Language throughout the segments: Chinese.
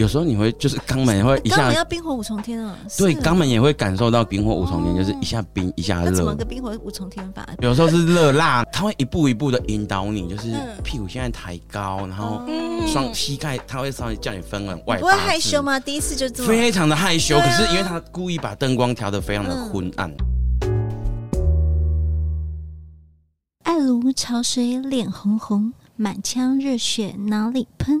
有时候你会就是肛门也会一肛下门，要冰火五重天啊，对，是啊肛门也会感受到冰火五重天，哦就是一下冰一下那怎么热个。冰火五重天法？有时候是热辣，它会一步一步的引导你，就是嗯哦屁股现在抬高，然后嗯双膝盖，它会稍微叫你分往你外。不会害羞？吗？第一次就这么非常的害羞，对啊嗯可是因为他故意把灯光调得非常的昏暗。爱如潮水，脸红红，满腔热血哪里喷？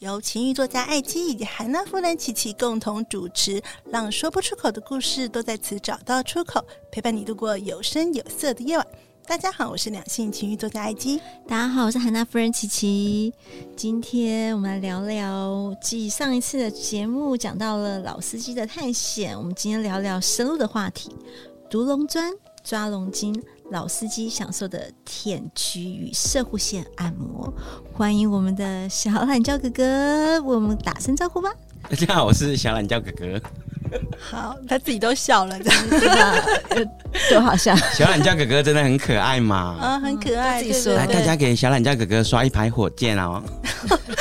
由情欲作家艾姬以及韩娜夫人琪琪共同主持，让说不出口的故事都在此找到出口，陪伴你度过有声有色的夜晚。大家好，我是两性情欲作家艾姬。大家好，我是韩娜夫人琪琪。今天我们来聊聊，继上一次的节目讲到了老司机的探险，我们今天聊聊深入的话题：独龙砖、抓龙筋，老司机享受的舔菊与射护线按摩。欢迎我们的小懒觉哥哥，为我们打声招呼吧。大家好，我是小懒觉哥哥。好，他自己都笑了，这样就好像 小懒觉哥哥真的很可爱哦嘛！啊，很可爱。自己对说对来，对大家给小懒觉哥哥刷一排火箭哦！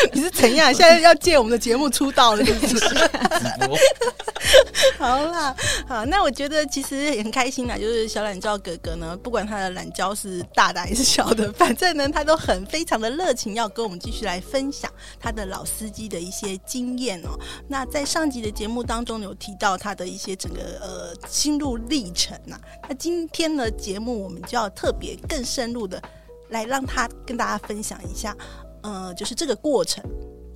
你是怎样？现在要借我们的节目出道了，是不是？ 直播 好啦，好，那我觉得其实也很开心啦，啊就是小懒觉哥哥呢，不管他的懒觉是大的还是小的，反正呢，他都很非常的热情，要跟我们继续来分享他的老司机的一些经验哦。那在上集的节目当中有提到他的一些整个呃心路历程呐、那今天的节目我们就要特别更深入的来让他跟大家分享一下，呃，就是这个过程，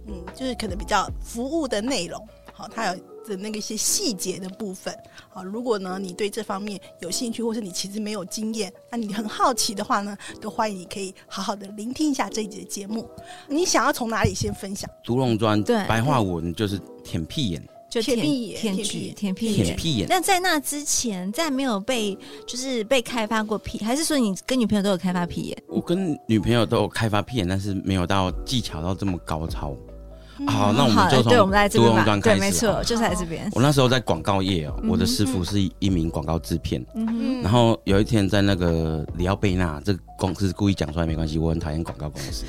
嗯，就是可能比较服务的内容，好，它有的那个一些细节的部分，好，如果呢你对这方面有兴趣，或是你其实没有经验，那你很好奇的话呢，都欢迎你可以好好的聆听一下这一集的节目。你想要从哪里先分享？独龙砖，对白话文就是舔屁眼，就舔屁眼舔舔屁菊、眼舔屁舔眼。屁眼。那在那之前，在没有被就是被开发过屁，还是说你跟女朋友都有开发屁眼？我跟女朋友都有开发屁眼，但是没有到技巧到这么高超。嗯好，哦那我们就好对，我们来从这独龙砖边吧。开对，始。没。错，就是来这边。我那时候在广告业哦，嗯我的师傅是一名广告制片。嗯哼，嗯 然后有一天在那个里奥贝纳这个公司故意讲出来没关系，我很讨厌广告公司。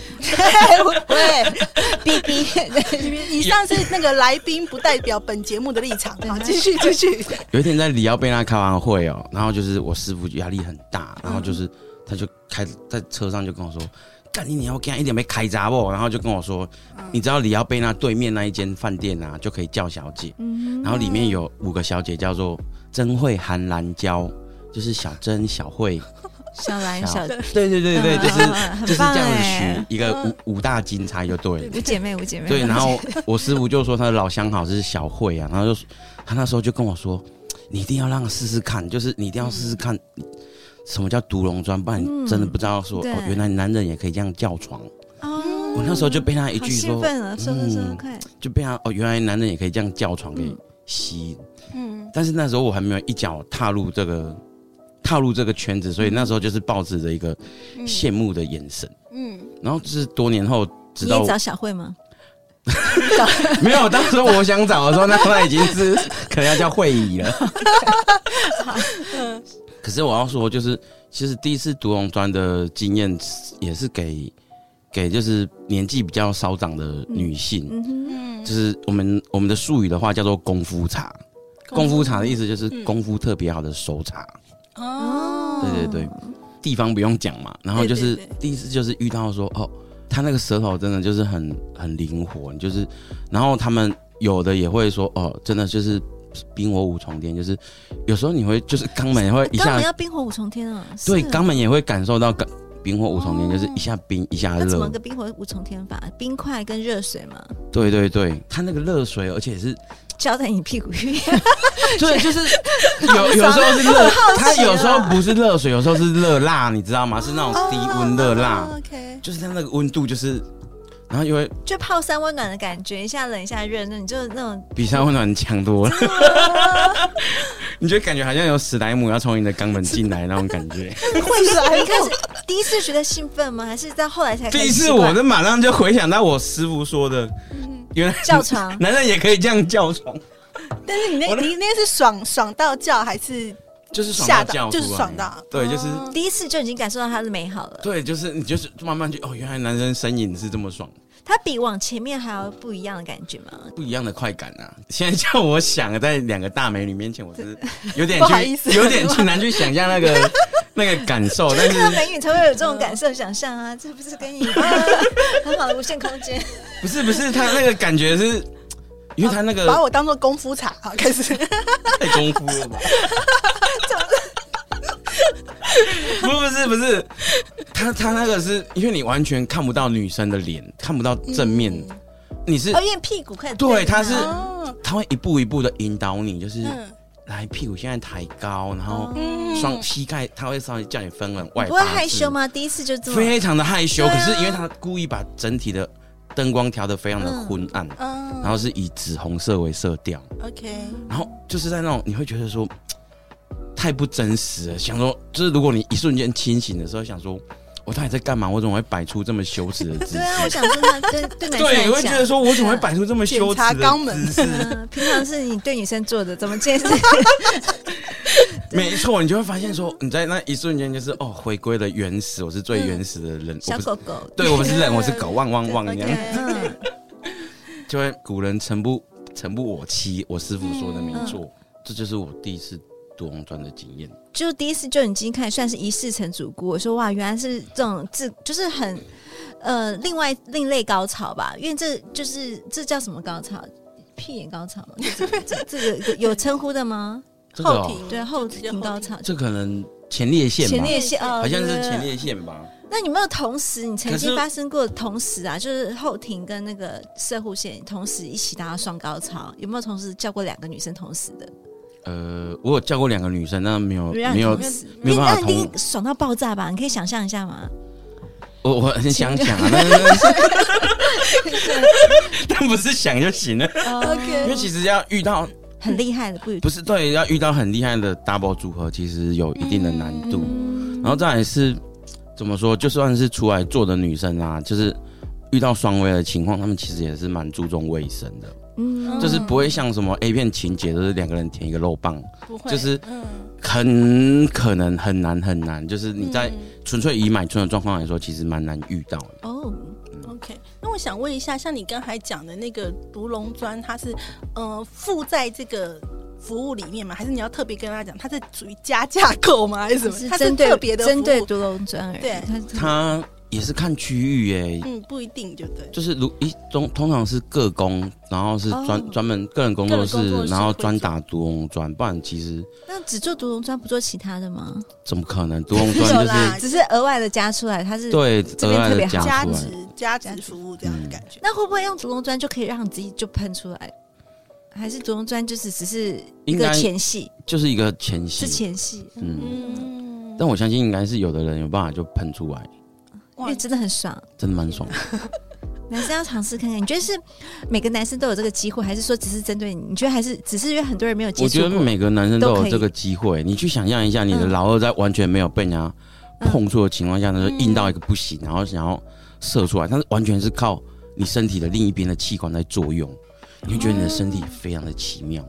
对，哔哔，以上是那个来宾不代表本节目的立场。好，嗯继续继续。有一天在里奥贝纳开完会哦，然后就是我师傅压力很大，然后就是他就开在车上就跟我说。干你娘！我刚一点没开闸哦，然后就跟我说，嗯你知道里奥贝纳对面那一间饭店啊，就可以叫小姐，嗯然后里面有五个小姐叫做珍慧、韩兰娇，就是小珍、小 慧，小兰 小，对对对对，嗯就是嗯就是很棒这样子哎取，一个五五大金钗就对了。五姐妹，五姐妹，对，然后我师傅就说他的老相好是小慧啊，然后就他那时候就跟我说，你一定要让他试试看，就是你一定要试试看，什么叫独龙砖，不然你真的不知道说、嗯对哦，原来男人也可以这样叫床。哦，我那时候就被他一好句兴说，嗯奋啊，说说说，快，就被他哦，原来男人也可以这样叫床给嗯吸引。嗯，但是那时候我还没有一脚踏入这个踏入这个圈子，所以那时候就是抱持着一个嗯羡慕的眼神。嗯，然后就是多年后，直你到也我找小慧吗？ 没有，当时我想找的时候，那他已经 是可能要叫会议了。 可是我要说，就是其实第一次读红砖的经验，也是给给就是年纪比较稍长的女性，嗯哼，嗯就是我们我们的术语的话叫做功夫茶。功夫茶的意思就是嗯功夫特别好的手茶，哦，对对对，地方不用讲嘛。然后就是对对对第一次就是遇到说哦，他那个舌头真的就是很很灵活，你就是，然后他们有的也会说哦，真的就是冰火五重天，就是有时候你会就是肛门也会一肛下门，要冰火五重天啊，是对，肛门也会感受到肛冰火五重天，哦就是一下冰一下那怎么热，个冰火五重天法？冰块跟热水嘛，对对对，它那个热水，而且 是浇在你屁股里面， 对，就是有有时候是热，它有时候不是热水，有时候哦是热辣，你知道吗？是那种低温热辣。 OK，就是它那个温度，就是然后因为就泡三温暖的感觉，一下冷一下热，那你就那种比三温暖强多了，你就感觉好像有史莱姆要从你的肛门进来那种感 觉。 会来。你一开始第一次觉得兴奋吗？还是到后来才开这始一习次，惯？我就马上就回想到我师傅说的，嗯原来叫床 男人也可以这样叫床，但是你那我，的你那个是爽爽到叫还是就是爽吓到叫到？出就来是爽到，对，就是哦第一次就已经感受到它的美好了。对，就是你就是慢慢去哦，原来男生呻吟是这么爽，它比往前面还要不一样的感觉嘛。不一样的快感啊！现在叫我想在两个大美女面前，我真是有 点不好意思去有点去难去想象那个那个感 受，但看到是美女才会有这种感受、想象啊，这不 是跟你、啊、很好的无限空 间？不是不是他那个感觉是。因为他 那个把我当做功夫茶， 好 开始。太功夫了吧？不 不是不是，他他那个是因为你完全看不到女生的脸，看不到正面，你是哦，因为屁股快对它是哦他会一步一步的引导你，就是、嗯来屁股现在抬高，然后嗯双膝盖他会稍微叫你分很外，哦你不会害羞？吗？第一次就这么非常的害羞，对可啊是因为他故意把整体的灯光调的非常的昏暗，嗯然后是以紫红色为色调， OK，然后就是在那种你会觉得说太不真实了，想说就是如果你一瞬间清醒的时候，想说我到底在干嘛？我怎么会摆出这么羞耻的姿势？对 啊，我想说，那对对男生对，你会来觉得讲，说我怎么会摆出这么羞耻检查肛的门姿势？嗯，平常是你对女生做的，怎么见识？ 没错，你就会发现说你在那一瞬间就是哦，回归了原始，我是最原始的人，我小不是狗狗，对我不是人，我是狗，汪汪汪这 OK 样，嗯，就会古人诚不诚不我欺，我师傅说的没错，这就是我第一次读红砖的经验。就第一次就已经看算是一世成主顾。我说哇，原来是这种自，就是很呃，另外另类高潮吧，因为这就是这叫什么高潮？屁眼高潮 吗？这这这这有有称呼的吗？这个后哦、庭对，后庭高潮，这可能前列腺前吧，列腺哦，好像是对对对前列腺吧。那你有没有同时？你曾可是经发生过同时啊，就是后庭跟那个射护线同时一起达到双高潮，有没有同时叫过两个女生同时的？呃，我有叫过两个女生，但没有啊让没你有同时，没有办那法一同定爽到爆炸吧？你可以想象一 下吗？我我很想讲 啊，但是但不是想就行了，因为 OK，其实要遇到很厉害的，不不是对要遇到很厉害的 double 组合，其实有一定的难度。嗯然后再来是怎么说，就算是出来做的女生啊，就是遇到双微的情况，她们其实也是蛮注重卫生的，嗯就是不会像什么 A 片情节，就是两个人舔一个肉棒，不会，就是嗯，很可能很难很难，就是你在嗯纯粹以买春的状况来说，其实蛮难遇到的。哦，嗯 OK，那我想问一下，像你刚才讲的那个独龙砖，它是呃附在这个服务里面吗？还是你要特别跟他讲，它是属于加价购吗？还是什么？它针是对特别的服务针对独龙砖而已，对它是它也是看区域耶、嗯，不一定就对。就是如一通通常是个工，然后是专哦专门个人工作个人室工作，室然后会专做打独龙砖，不然其实那只做独龙砖不做其他的吗？怎么可能独龙有砖就啦是只是额外的加出来，它是对这额边外特的别讲加出来值。加值服务这样的感觉，那会不会用独龙砖就可以让自己就喷出来？还是独龙砖就是只是一应个该前戏，就是一个前是戏，前戏，嗯，嗯，但我相信应该是有的人有办法就喷出来，因哇为真的很爽。真的蛮爽 的。男生要尝试看看，你觉得是每个男生都有这个机会，还是说只是针对你？你觉得还是只是因为很多人没有接我触觉过？得每个男生都都可有以这个机会，你去想象一下，你的嗯老二在完全没有被人家碰触的情况下，那就嗯硬到一个不行，然后想要射出来，但是完全是靠你身体的另一边的器官在作用，你会觉得你的身体非常的奇妙。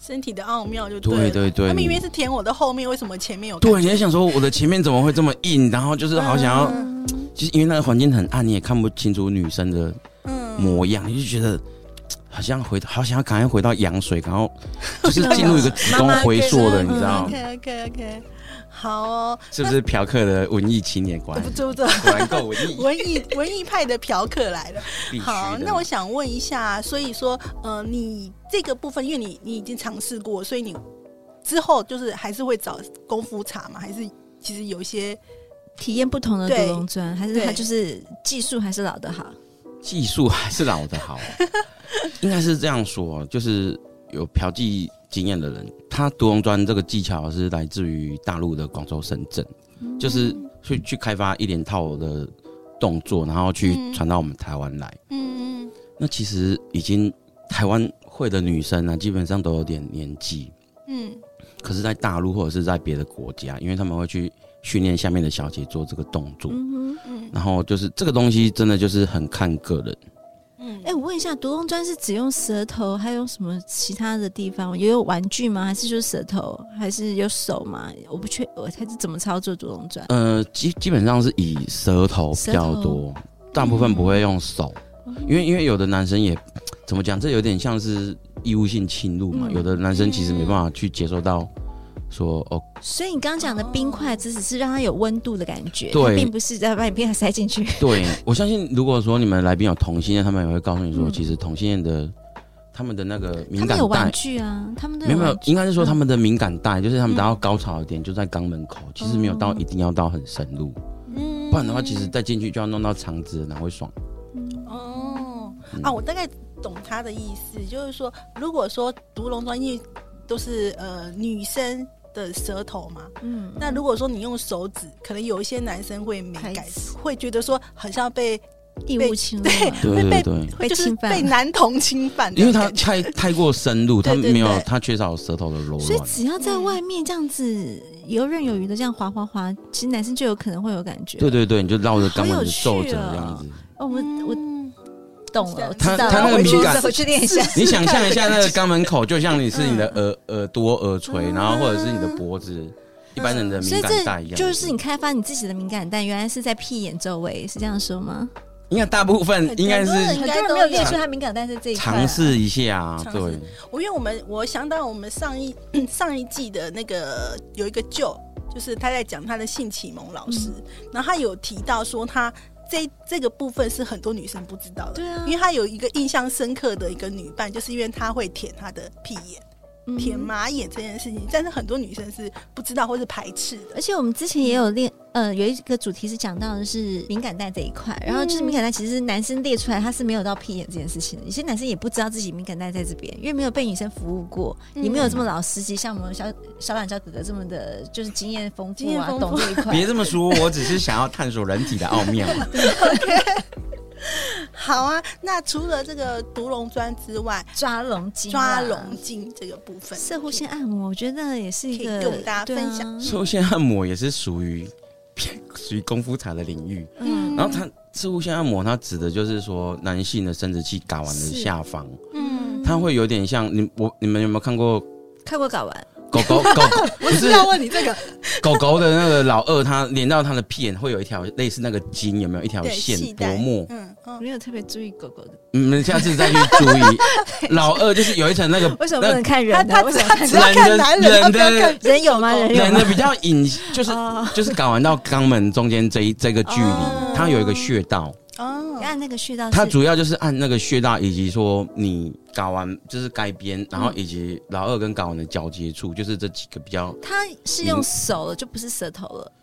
身体的奥妙就对了对对，他你明明是舔我的后面，为什么前面有感对，你在想说我的前面怎么会这么硬，然后就是好想要，嗯就是因为那个环境很暗，你也看不清楚女生的嗯，模样，你就觉得。嘖好像回，好想要赶快回到羊水，然后就是进入一个子 宫妈妈回溯的，跟你着知道吗？ OK OK OK，好哦，呃是不是嫖客的文艺青年果然 不对不对，果然够文艺，文艺文艺派的嫖客来了。必须 好，的。那我想问一下，所以说，呃，你这个部分，因为你你已经尝试过，所以你之后就是还是会找功夫茶嘛？还是其实有一些体验不同的独对龙砖，还是对它就是技术还是老的好？技术还是老的好，应该是这样说，就是有嫖妓经验的人，他独龙砖这个技巧是来自于大陆的广州、深圳，就是去去开发一连套的动作，然后去嗯传到我们台湾来。嗯那其实已经台湾会的女生啊呢、基本上都有点年纪，嗯可是，在大陆或者是在别的国家，因为他们会去训练下面的小姐做这个动作，嗯哼，嗯然后就是这个东西真的就是很看个人。嗯，哎、我问一下，独龙砖是只用舌头，还有什么其他的地方？也有玩具吗？还是就是舌头？还是有手吗？我不确，我它是怎么操作独龙砖？呃，基基本上是以舌头比较多，大部分不会用手，嗯因为因为有的男生也怎么讲，这有点像是义务性侵入嘛。嗯有的男生其实没办法去接受到说 哦，所以你刚刚讲的冰块，只只是让它有温度的感觉，对它并不是在把你冰块 塞进去。对我相信，如果说你们来宾有同性恋，他们也会告诉你说，嗯其实同性恋的他们的那个他敏们感有玩带。具啊，他们都没有没玩有，具应该是说他们的敏感带，就是他们嗯达到高潮的点就在肛门口，其实没有到哦一定要到很深入，嗯不然的话，其实再进去就要弄到肠子，然后会爽。哦嗯啊，我大概懂他的意思，就是说，如果说独龙专业都是呃女生的舌头嘛，嗯，那如果说你用手指，可能有一些男生会没排感斥，会觉得说好像被义务侵入对嘛，对对对。被就是侵犯被男童侵犯的因为他感觉，太太过深入，他对对没有对他缺少舌头的柔所以软。只要在外面这样子游刃有余的这样滑滑滑，其实男生就有可能会有感觉。对对对，你就绕着肛好有门趣皱褶哦这样子。哦，我我嗯懂了，我知他道他那个了，我回去敏感我去练一下。你想象一下，那个肛门口就像你是你的嗯耳耳朵、耳垂，然后或者是你的脖子，一般人的嗯所敏以感带一样。这就是你开发你自己的敏感带，原来是在屁眼周围，是这样说吗？应该大部分应该是很多很人应多该人都没有列有出他敏感带是这一块啊。尝试一下啊，尝试对，我因为我们我想到我们上一 上一季的那个有一个舅，就是他在讲他的性启蒙老师，然后他有提到说他这这个部分是很多女生不知道的，对啊因为他有一个印象深刻的一个女伴，就是因为他会舔她的屁眼、嗯舔马眼这件事情，但是很多女生是不知道或是排斥 的。而且我们之前也有列，呃，有一个主题是讲到的是敏感带这一块，嗯然后就是敏感带，其实男生列出来他是没有到屁眼这件事情的，有些男生也不知道自己敏感带在这边，因为没有被女生服务过，嗯也没有这么老司机，像我们小小懒小哥哥这么的，就是经验丰经富验啊，丰富懂这一块别。这么说，我只是想要探索人体的奥 妙。好啊，那除了这个独龙砖之外，抓龙筋啊、 抓龙筋这个部分，射护 线按摩，我觉得也是一可个以跟我们大家对分享啊受限按摩也是属于属于功夫茶的领域。嗯，然后它似乎像按摩，它指的就是说男性的生殖器睾丸的是下方，嗯它会有点像你我你们有没有看过看过睾丸，狗 狗狗狗不是要问你这个狗狗的那个老二，它连到它的屁眼会有一条类似那个筋，有没有一条对系线带薄膜？嗯嗯我嗯，没有特别注意狗狗的，你们下次再去注 意。老二就是有一层那个为什么不那能看人他呢？他为什只么啊看他只要看男人，他不要看人有吗？ 人有人吗的？比较隐，就是哦就是睾丸到肛门中间这一这个距哦离，它有一个穴道。哦按那个穴道是，它主要就是按那个穴道，以及说你睾丸就是该边，然后嗯以及老二跟睾丸的交接处，就是这几个比较。它是用手了，就不是舌头了。嗯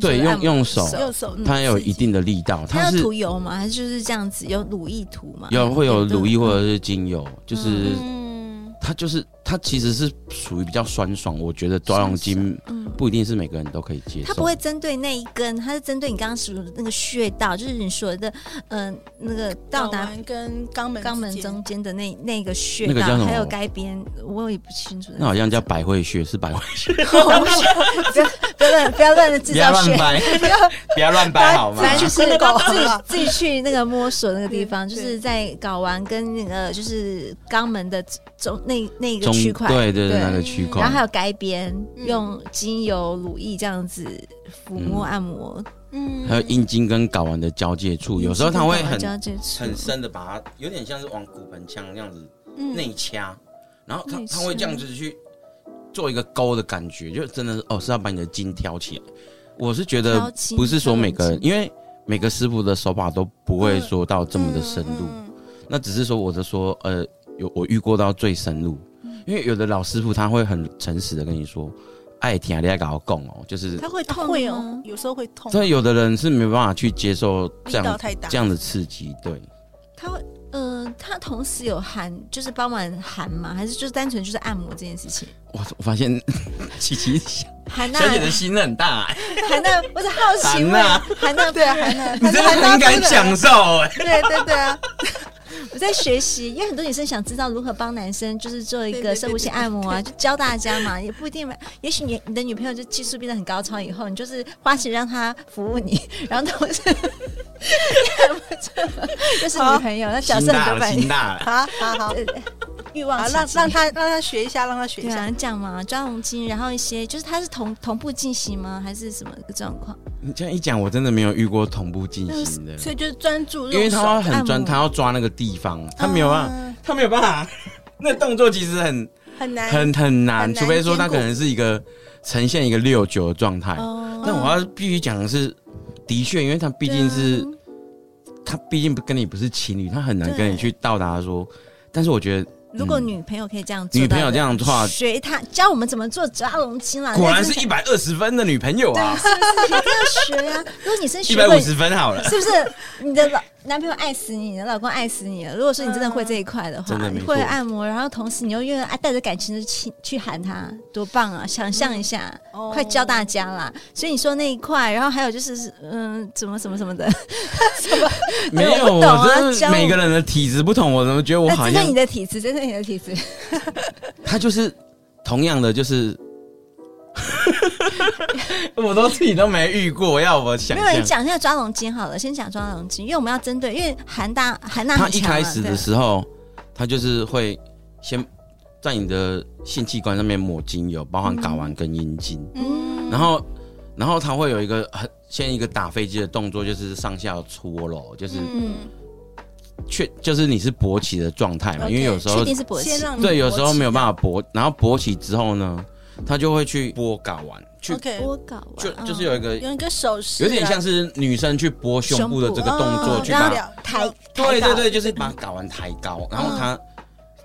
对你说的按摩用用手哦右手嗯它有一定的力道，它它要是涂油吗？还是就是这样子有乳液涂吗？有会有乳液或对嗯者是精油，就是嗯它就是它其实是属于比较酸爽，我觉得抓龙筋嗯，不一定是每个人都可以接受。它不会针对那一根，它是针对你刚刚说的那个穴道，就是你说的，嗯、那个到达跟嗯肛门肛门之间中间的那那个穴那个叫道，什么还有该边，我也不清楚。那好像叫百会穴，是百会穴， 不要乱不要乱的制不要造乱穴。掰， 不要乱掰好吗？反正就是搞自己好了自己去那个摸索那个地方，就对是在睾丸跟那个就是肛门的中那那个中区块，对对对对，那个区然后还块，有该边，嗯用精油、乳液这样子抚摸、嗯按摩，嗯还有阴茎跟睾丸的交界处，有时候它会很交接处很，深的把它，有点像是往骨盆腔那样子嗯内掐，然后它内掐它会这样子去做一个勾的感觉，就真的是哦是要把你的筋挑起来。我是觉挑得筋不是说每个挑人，筋因为每个师傅的手法都不会说到这么的深入，嗯嗯那只是说我的说呃有我遇过到最深入，因为有的老师傅他会很诚实的跟你说，爱听你爱搞共哦，就是它会痛会哦哦，有时候会痛，这有的人是没办法去接受这力道样太大这。样的刺激，对。它会呃，嗯，它同时有含，就是帮忙含嘛，还是就是单纯就是按摩这件事情？哇，我发现 琪琪小韩娜，小姐的心很大、哎韩娜，我是好奇问韩娜，韩娜，对啊，韩娜，你真的很敢享受哎、对对对啊，我在学习，因为很多女生想知道如何帮男生，就是做一对个对生物性按摩 啊，就教大家嘛，也不一定嘛。也许你你的女朋友就技术变得很高超以后，你就是花钱让她服务你， 然后同时也很不错就是女朋友，那角心色大很多了，扮心演，大了。好好好，对对欲好望让刺激让他让他学一下，让他学一对下啊，。这样嘛，抓龙筋，然后一些就是它是同同步进行吗？还是什么个状况？你这样一讲，我真的没有遇过同步进行的，所以就是专注因为用嗯手，他很按专，摩他要抓那个地方，他没有啊办法，嗯他没有办法。那动作其实很很难很很难，很难除非说他兼顾可能是一个呈现一个六九的状态。哦但我要必须讲的是，的确，因为他毕竟是他毕竟不跟你不是情侣，他很难跟你对去到达说。但是我觉得嗯如果女朋友可以这样做到女的，朋友这样的话，学她教我们怎么做抓龙筋啦，果然啊那是真一百二十分的女朋友啊，的是一定要学 啊！如果你真一学百会，五是十分好了。不是你的老男朋友爱死你，你的老公爱死你了？如果说你真的会这一块的话，真的没你错会按摩，然后同时你又愿意爱带着感情的去去喊他，多棒啊！想象一下，哦快教大家啦！所以你说那一块，然后还有就是嗯，怎么什么什么的， 没对我有，不懂啊我真教的我每个人的体质不同，我怎么觉得我那好针对你像的体质，针对你的体质，他就是同样的，就是我都自己都没遇过，要我想没有人象。讲一下抓龙筋好了，先讲抓龙筋，因为我们要针对，因为韩大韩娜他很一强啊嘛开始的对时候，他就是会先在你的性器官上面抹精油，包含睾丸跟阴茎，嗯然后然后他会有一个很先一个打飞机的动作，就是上下搓揉，就是嗯，确就是你是勃起的状态嘛， OK，因为有时确候定是勃嗯先起，让对有时候没有办法法勃，然后勃起之后呢，他就会去拨睾丸，哦去，OK，多搞完就嗯就是有一个用一个手势啊，有点像是女生去拨胸部的这个哦动作哦去然后把，了抬，对抬高对对，就是把睾丸抬高，然后他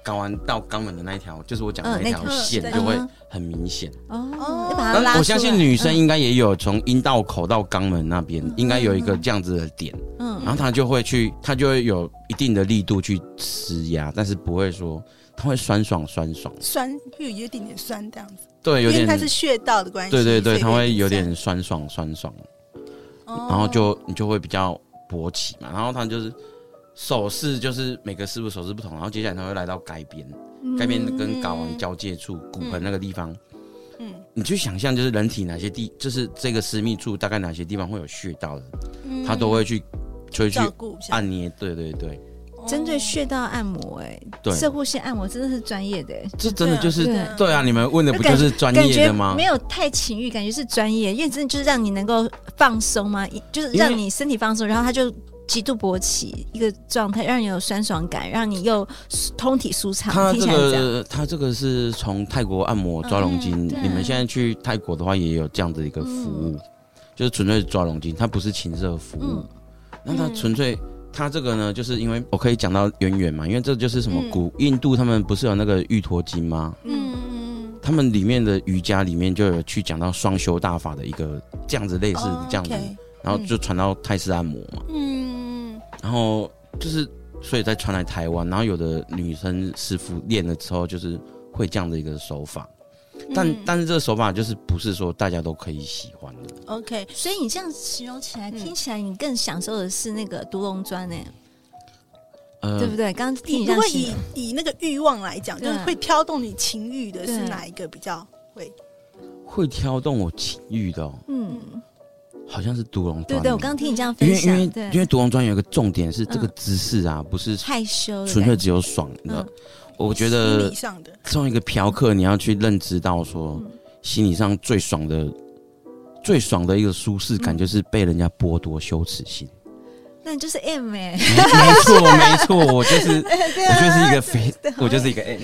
睾丸到肛门的那一条，就是我讲的嗯那那条条线嗯就会嗯很明显。哦哦，就把但它拉出来。嗯我相信女生应该也有从阴道口到肛门那边应该有一个这样子的点。嗯，然后他就会去，他就会有一定的力度去施压，但是不会说他会酸爽酸爽，酸，有有一点点酸这样子，对，有因为点，它是穴道的关系，对对对，他所以会有酸，点酸爽酸爽，哦然后就你就会比较勃起嘛，然后他就是手势就是每个师傅手势不同，然后接下来他会来到该边，该边嗯跟睾丸交界处骨盆那个地方，嗯你去想象就是人体哪些地，就是这个私密处大概哪些地方会有穴道的，嗯他都会去，就会去照顾一下，哦按捏，对对对，嗯针对穴道按摩，哎，对射护线按摩真的是专业的，哎这真的就是对啊对啊，你们问的不就是专感业觉的吗？没有太情欲，感觉是专业，因为真的就是让你能够放松嘛，一就是因为让你身体放松，然后它就极度勃起一个状态，让你有酸爽感，让你又通体舒畅。他啊听这起来是这样个他这个是从泰国按摩抓龙筋，嗯对你们现在去泰国的话也有这样的一个服务，就是纯粹抓龙筋，它不是情色服务嗯，那、它纯粹。它这个呢，就是因为我可以讲到渊源嘛，因为这就是什么嗯古、印度他们不是有那个玉陀经吗？嗯，他们里面的瑜伽里面就有去讲到双修大法的一个这样子类似这样子，哦，OK，然嗯后就传到泰式按摩嘛，嗯，然后就是所以再传来台湾，然后有的女生师傅练了之后就是会这样的一个手法，但、嗯但是这个手法就是不是说大家都可以喜欢的，嗯 OK，所以你这样形容起来，嗯听起来你更享受的是那个独龙砖呢，哎呃，对不对？刚刚听你你这如样果形以容，以那个欲望来讲，就是对会挑动你情欲的是嗯对哪一个比较会？会挑动我情欲的、哦，嗯，好像是独龙对砖。对，我刚刚听你这样因分为因享，为因对，为独龙砖有一个重点是这个嗯姿势啊，不是害羞的纯粹感觉，只有爽的。嗯我觉心得理上的，作为一个嫖客，你要去认知到说，嗯心理上最爽的、最爽的一个舒适嗯感，就是被人家剥夺羞耻心。那你就是 M 没哎，没错，没错，我 就是我就是一个肥，我就是一个 N。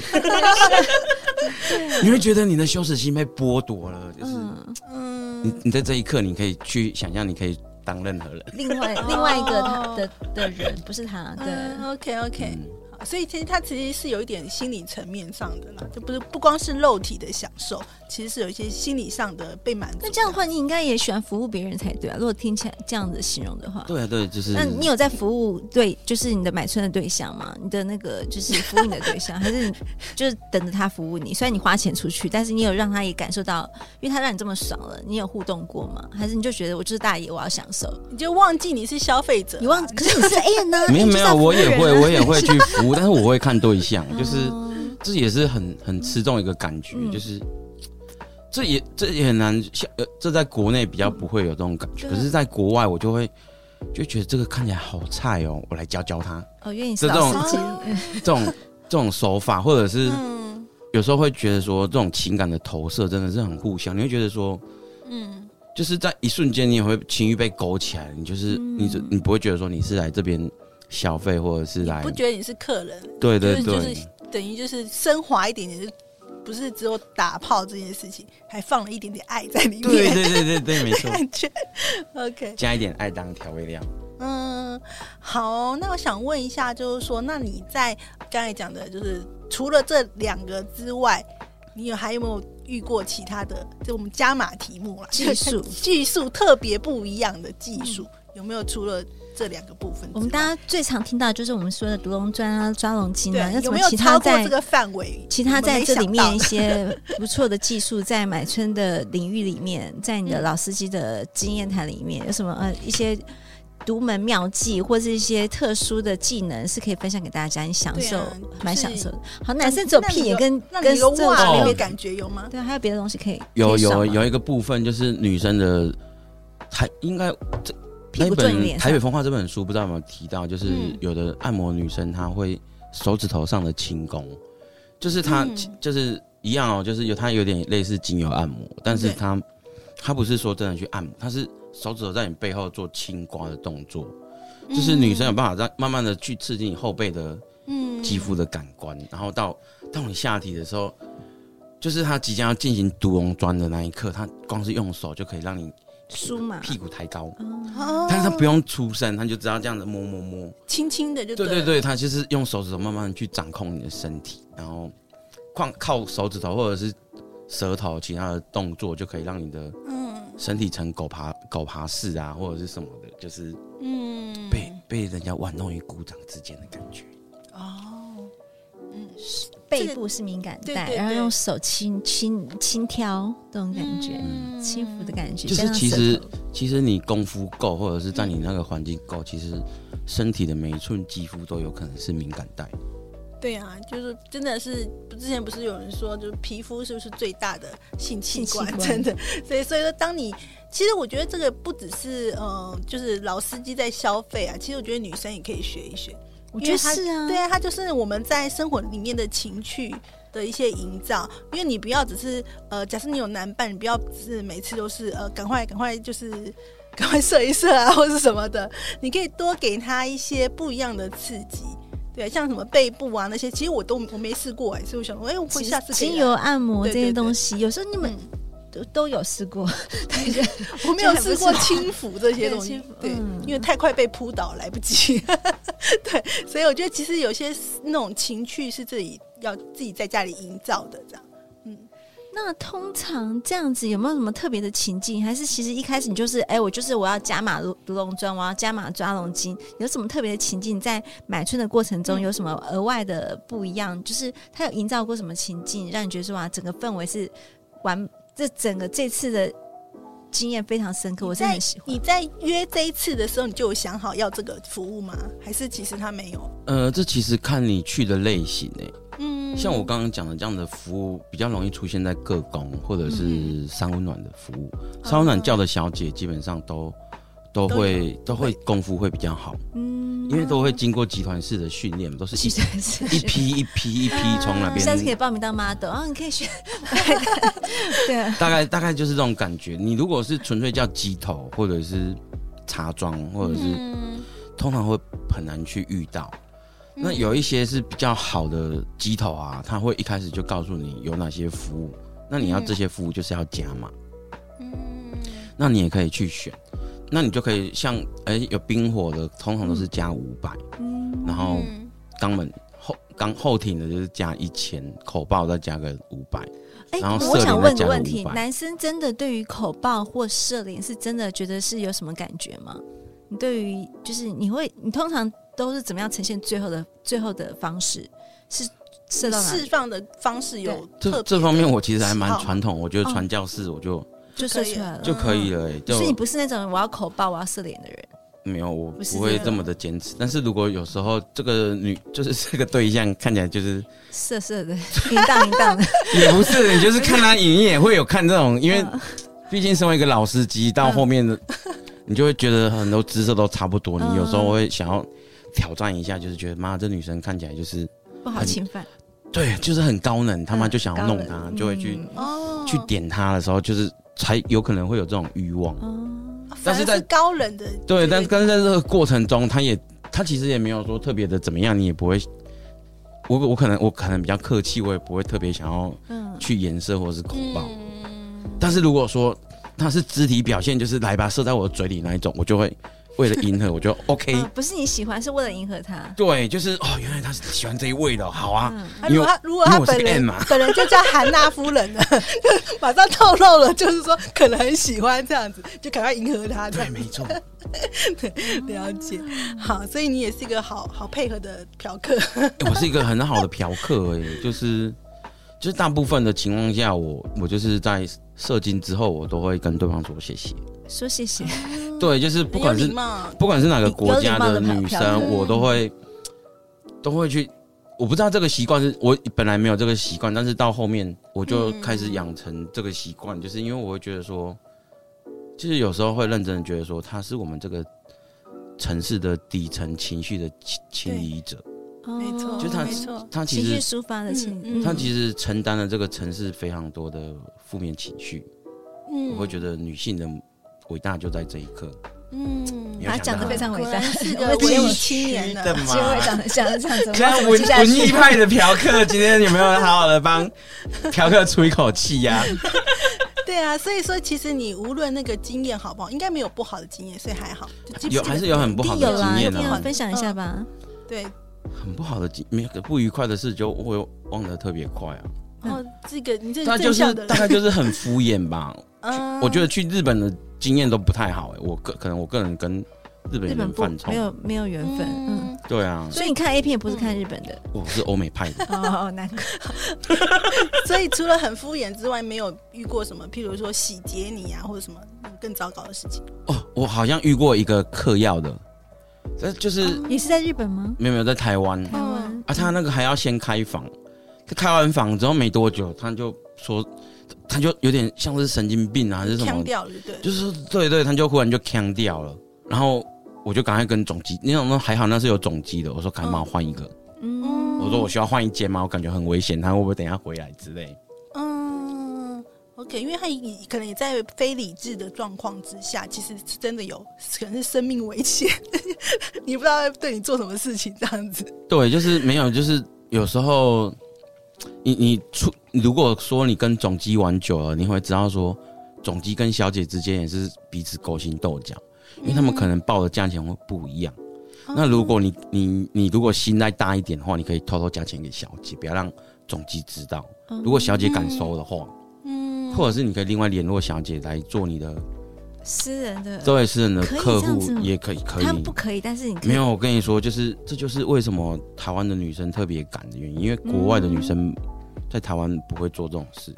你会觉得你的羞耻心被剥夺了，就是嗯，你嗯，你在这一刻，你可以去想象，你可以当任何人。另外哦另外一个他的的人不是他，对，嗯，OK OK，嗯，好所以其实它其实是有一点心理层面上的啦，就不是不光是肉体的享受，其实是有一些心理上的被满足。那这样的话，你应该也喜欢服务别人才对啊。如果听起来这样子形容的话，对啊，对，就是那你有在服务对，就是你的买春的对象吗？你的那个就是服务你的对 象，还是你就是等着他服务你？虽然你花钱出去，但是你有让他也感受到，因为他让你这么爽了，你有互动过吗？还是你就觉得我就是大爷，我要享受？你就忘记你是消费者啊，你忘，可是你是 A 呢？没有你没就有，是要服务我也人啊会我也会去服 务，但是我会看对象，就是嗯这也是很很吃重一个感觉，嗯就是这也这也很难像呃，这在国内比较不会有这种感觉，嗯可是在国外我就会就觉得这个看起来好菜哦，我来教教他哦，因为你是这种老司机，这种 这种手法，或者是嗯有时候会觉得说这种情感的投射真的是很互相，你会觉得说。嗯，就是在一瞬间，你也会情欲被勾起来，你就是、嗯你你，你不会觉得说你是来这边消费，或者是你来不觉得你是客人，对对就对， 是就是等于就是升华一点点，就不是只有打炮这件事情，还放了一点点爱在里对面，对对对对，没 错，感觉 OK。加一点爱当调味料。嗯，好，那我想问一下，就是说，那你在刚才讲的，就是除了这两个之外，你有还有没有遇过其他的？就我们加码题目啦，技术 嗯技术特别不一样的技术，有没有除了这两个部分之外？我们大家最常听到就是我们说的独龙砖啊、抓龙筋啊，对要有怎没么有其超他过在这个范围？其他我们在没这想里面到一些不错的技术，在买春的领域里面，在你的嗯老司机的经验谈里面，有什么呃一些独门妙计，或是一些特殊的技能是可以分享给大家？你享对啊受，蛮、就是享受的。好，男生只有那你屁眼有跟那跟你有这种哇那没个有感觉有吗？对，还有别的东西可以有可以有上吗有一个部分就是女生的，还应该这屁那股坐你本脸《上台北风化》这本书不知道有没有提到，就是嗯有的按摩女生她会手指头上的轻功，就是她、嗯就是一样哦，就是有她有点类似精油按摩，但是对她她不是说真的去按摩，她是手指头在你背后做轻刮的动作，就是女生有办法让慢慢的去刺激你后背的嗯肌肤的感官，然后到到你下体的时候，就是他即将要进行独龙砖的那一刻，他光是用手就可以让你书嘛？屁股抬高，哦哦，但是他不用出声，他就只要这样子摸摸摸。轻轻的就对对对了，对，他就是用手指头慢慢地去掌控你的身体，然后靠靠手指头或者是舌头其他的动作，就可以让你的嗯身体呈狗爬狗爬式啊，或者是什么的，就是嗯，被、被人家玩弄于股掌之间的感觉。哦，嗯，这背个部是敏感对带，对然后对用手轻轻轻挑这种感觉，嗯轻抚的感觉，就是加上其实舌头其实你功夫够，或者是在你那个环境够，其实身体的每一寸肌肤都有可能是敏感带。觉。对啊，就是真的是，之前不是有人说，就是皮肤是不是最大的性器官？性器官 真的，所以所以说，当你其实我觉得这个不只是呃，就是老司机在消费啊，其实我觉得女生也可以学一学。我因觉为得它是啊，对啊，它就是我们在生活里面的情趣的一些营造。因为你不要只是呃，假设你有男伴，你不要只是每次都是呃，赶快赶快就是赶快射一射啊，或是什么的，你可以多给他一些不一样的刺激。对啊，像什么背部啊那些，其实我都我没试过哎、所以我想说，哎、我其实下次可以精来油按摩这对对些对东西，有时候你们嗯，都都有试过， 我没这有还不试过是轻抚这些 东对西轻，对，嗯因为太快被扑倒来不及， 对，所以我觉得其实有些那种情趣是自己要自己在家里营造的，这样。那通常这样子有没有什么特别的情境？还是其实一开始你就是，哎、我就是我要加码独独龙砖，我要加码抓龙筋，有什么特别的情境？在买春的过程中嗯有什么额外的不一样？就是它有营造过什么情境，让你觉得说哇，整个氛围是完，这整个这次的经验非常深刻，我真的很喜欢。你在约这一次的时候，你就有想好要这个服务吗？还是其实他没有？呃，这其实看你去的类型诶、嗯像我刚刚讲的这样的服务，比较容易出现在各工或者是三温暖的服务。三温暖叫的小姐基本上都都会都会功夫会比较好，嗯因为 都会经过集团式的训练，都是其一实是一批一批一批从那下次可以边。报名当 model，啊，你可 以选，对，啊大概大概就是这种感觉。你如果是纯粹叫鸡头，或者是茶庄，或者是嗯，通常会很难去遇到。那嗯有一些是比较好的机头啊，他会一开始就告诉你有哪些服务，那你要嗯这些服务就是要加嘛，嗯那你也可以去选，那你就可以像哎、有冰火的，通常都是加五百，嗯然后嗯肛门后刚后挺的就是加一千，口爆再加个五百。哎、然后我射想脸问再个加个问题： 500男生真的对于口爆或射脸是真的觉得是有什么感觉吗？你对于就是你会你通常都是怎么样呈现最后的最后的方式？是射到哪释里？放的方式有这特别这方面我其实还蛮喜好传统，我觉得嗯传教士我就、就射出来了。就可以了、欸，就所以你不是那种我要口爆我要射脸的人。没有我不是不会这这么的坚持。但是如果有时候这个女就是这个对象看起来就是色色的，淫荡淫荡的， 也不是，你就是看他影也会有看这种，因为毕竟身为一个老司机，到嗯后 面的、你就会觉得很多姿色都差不多，嗯你有时候会想要挑战一下，就是觉得妈这女生看起来就是 不好很侵犯。对，就是很高能，他妈嗯就想要弄高她，冷就会去、嗯哦去点她的时候，就是才有可能会有这种欲望。哦啊但反是而在是高冷的对，这但个但是在这个过程中，他也他其实也没有说特别的怎么样，你也不会，我我可能我可能比较客气，我也不会特别想要嗯，去颜色或者是口爆。嗯，但是如果说他是肢体表现，就是来吧，射在我的嘴里那一种，我就会为了迎合，我就 OK。嗯啊不是你喜欢，是为了迎合他。对，就是哦，原来他是喜欢这一味的，好啊。嗯，啊如果他如果他因为我是本 M 人嘛 本人就叫韩娜夫人呢，就 马上透露了，就是说可能很喜欢这样子，就赶快迎合他这对，样没错。了解。好，所以你也是一个好好配合的嫖客，欸我是一个很好的嫖客、欸，就是 就是大部分的情况下，我我就是在射精之后，我都会跟对方说谢谢。说谢谢。对，就是不管很有是礼貌不管是哪个国家的有礼貌女的嫖客生，我都会都会去。我不知道这个习惯是我本来没有这个习惯，但是到后面我就嗯开始养成这个习惯，就是因为我会觉得说，就是有时候会认真的觉得说，他是我们这个城市的底层情绪的清清理者， 没错，哦就他没错，他其情绪实抒发的情，嗯嗯他其实承担了这个城市非常多的负面情绪。嗯我会觉得女性的伟大就在这一刻，嗯你有他想讲到的非常果伟大，然是我个们结文尾艺青年呢。结尾讲的讲的这样 子，我们要怎么文接下文艺去？ 派的嫖客，今天有没有好好的帮嫖客出一口气呀、对啊，所以说其实你无论那个经验好不好，应该没有不好的经验，所以还好。就基本有还是有很不一好定的有啦，经一验定有啊，分享一下吧。对，很不好的经，没有不愉快的事就会忘得特别快啊。嗯然后这个你这他就正是向的大 人，概就是很敷衍吧。嗯我觉得去日本的经验都不太好、欸，我个可能我个人跟日本日本人不犯冲没，有没有缘分，嗯。对啊，所以你看 A 片也不是嗯看日本的，我是欧美派的。 哦，难怪。所以除了很敷衍之外，没有遇过什么，譬如说洗劫你啊，或者什么更糟糕的事情。哦，我好像遇过一个嗑药的，这就是、也是在日本吗？没有没有在台湾，台湾啊，他那个还要先开房，他开完房之后没多久，他就说，他就有点像是神经病啊，还是什腔么，调了，对，就是对对，他就忽然就腔掉了，然后我就赶快跟总机，那种还好那是有总机的，我说赶忙换一个，嗯，我说我需要换一间吗？我感觉很危险，他会不会等一下回来之类？嗯，OK，因为他也可能也在非理智的状况之下，其实是真的有可能是生命危险， 你不知道他对你做什么事情这样子。对，就是没有，就是有时候你你出，如果说你跟总机玩久了，你会知道说，总机跟小姐之间也是彼此勾心斗角，因为他嗯们可能报的价钱会不一样。哦那如果你你你如果心再大一点的话，你可以偷偷加钱给小姐，不要让总机知道。哦如果小姐敢收的话，嗯，或者是你可以另外联络小姐来做你的私人的，这位私人的可以客这样户子吗，也可以可以。他不可以，但是你可以没有，我跟你说，就是这就是为什么台湾的女生特别敢的原因，因为国外的女生在台湾不会做这种事，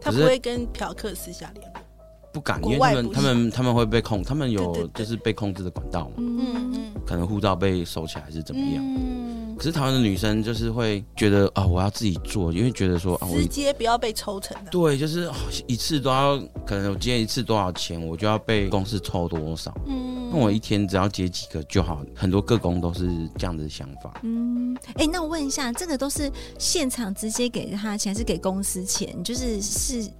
他可不是会跟嫖客私下联络。不敢，因国为他外们不他们他们会被控，他们对有对就对是被控制的管道嘛，嗯嗯，可能护照被收起来还是怎么样。嗯，可是台湾的女生就是会觉得啊，我要自己做，因为觉得说啊，我直接不要被抽成的。对，就是、啊一次都要，可能我接一次多少钱，我就要被公司抽多少。嗯那我一天只要接几个就好，很多个工都是这样的想法。嗯，哎、那我问一下，这个都是现场直接给他钱，还是给公司钱？就是是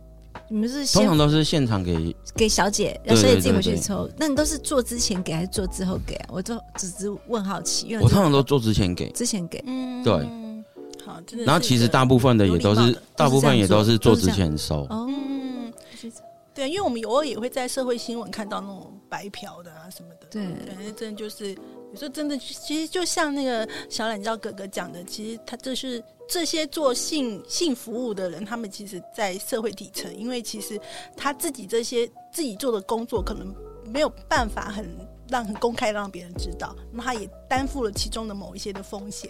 你们是通先常都是现场给给小姐，对让小姐自己对回去对抽？那你都是做之前给还是做之后给啊？我就只是问好奇，因为我通常都做之前给。之前给，嗯，对。好，真的。然后其实大，部分的也都有礼是貌的，大部分也都是做之前哦收。嗯，对，因为我们偶尔也会在社会新闻看到那种白嫖的啊什么的。对对，那真的就是有时候真的，其实就像那个小懒觉哥哥讲的，其实他这是这些做性性服务的人，他们其实在社会底层，因为其实他自己这些自己做的工作，可能没有办法很让很公开让别人知道，那他也担负了其中的某一些的风险。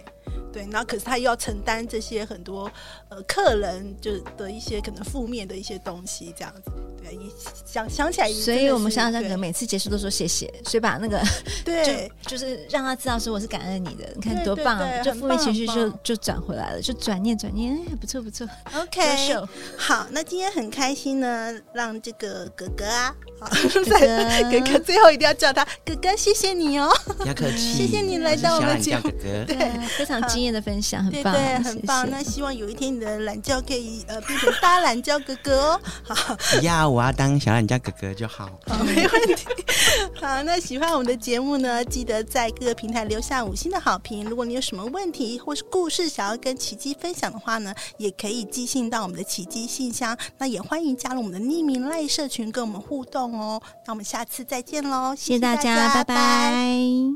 对，然后可是他又要承担这些很多呃客人就是的一些可能负面的一些东西，这样子。对，一想想起来哎也真的是，所以我们想想，哥对每次结束都说谢谢，所以把那个对就就是让他知道说我是感恩你的，你看对多对棒啊！对就很负面棒情绪很就棒就转回来了，就转念转念，哎，不错不错， ，OK，优秀。好，那今天很开心呢，让这个哥哥 啊，好， 哥再哥哥最后一定要叫他哥哥，谢谢你哦，不要客气，谢谢你来到我们节目我是小懒觉哥哥对啊，非常惊艳的分享，对很棒，对，很棒。谢谢那希望有一天你的懒觉可以呃变成大懒觉哥哥哦。不要，我要当小懒觉哥哥就好。好，啊没问题。好，那喜欢我们的节目呢，记得在各个平台留下五星的好评。如果你有什么问题或是故事想要跟奇迹分享的话呢，也可以寄信到我们的奇迹信箱。那也欢迎加入我们的匿名赖社群跟我们互动哦。那我们下次再见喽，谢谢大大家，拜拜。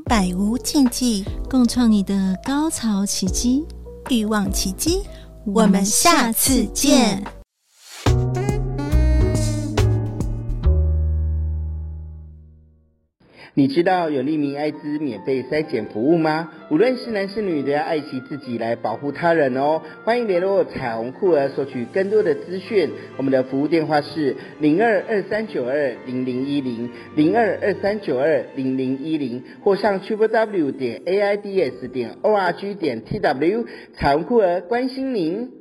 拜，百无禁忌，共创你的高潮奇迹，欲望奇迹。我们下次见。你知道有利民艾滋免费筛检服务吗？无论是男是女，都要爱惜自己来保护他人哦。欢迎联络彩虹酷儿索取更多的资讯。我们的服务电话是零二二三九二零零一零零二二三九二零零一零，或上 triple w 点 a i d s 点 o r g 点 t w。彩虹酷儿关心您。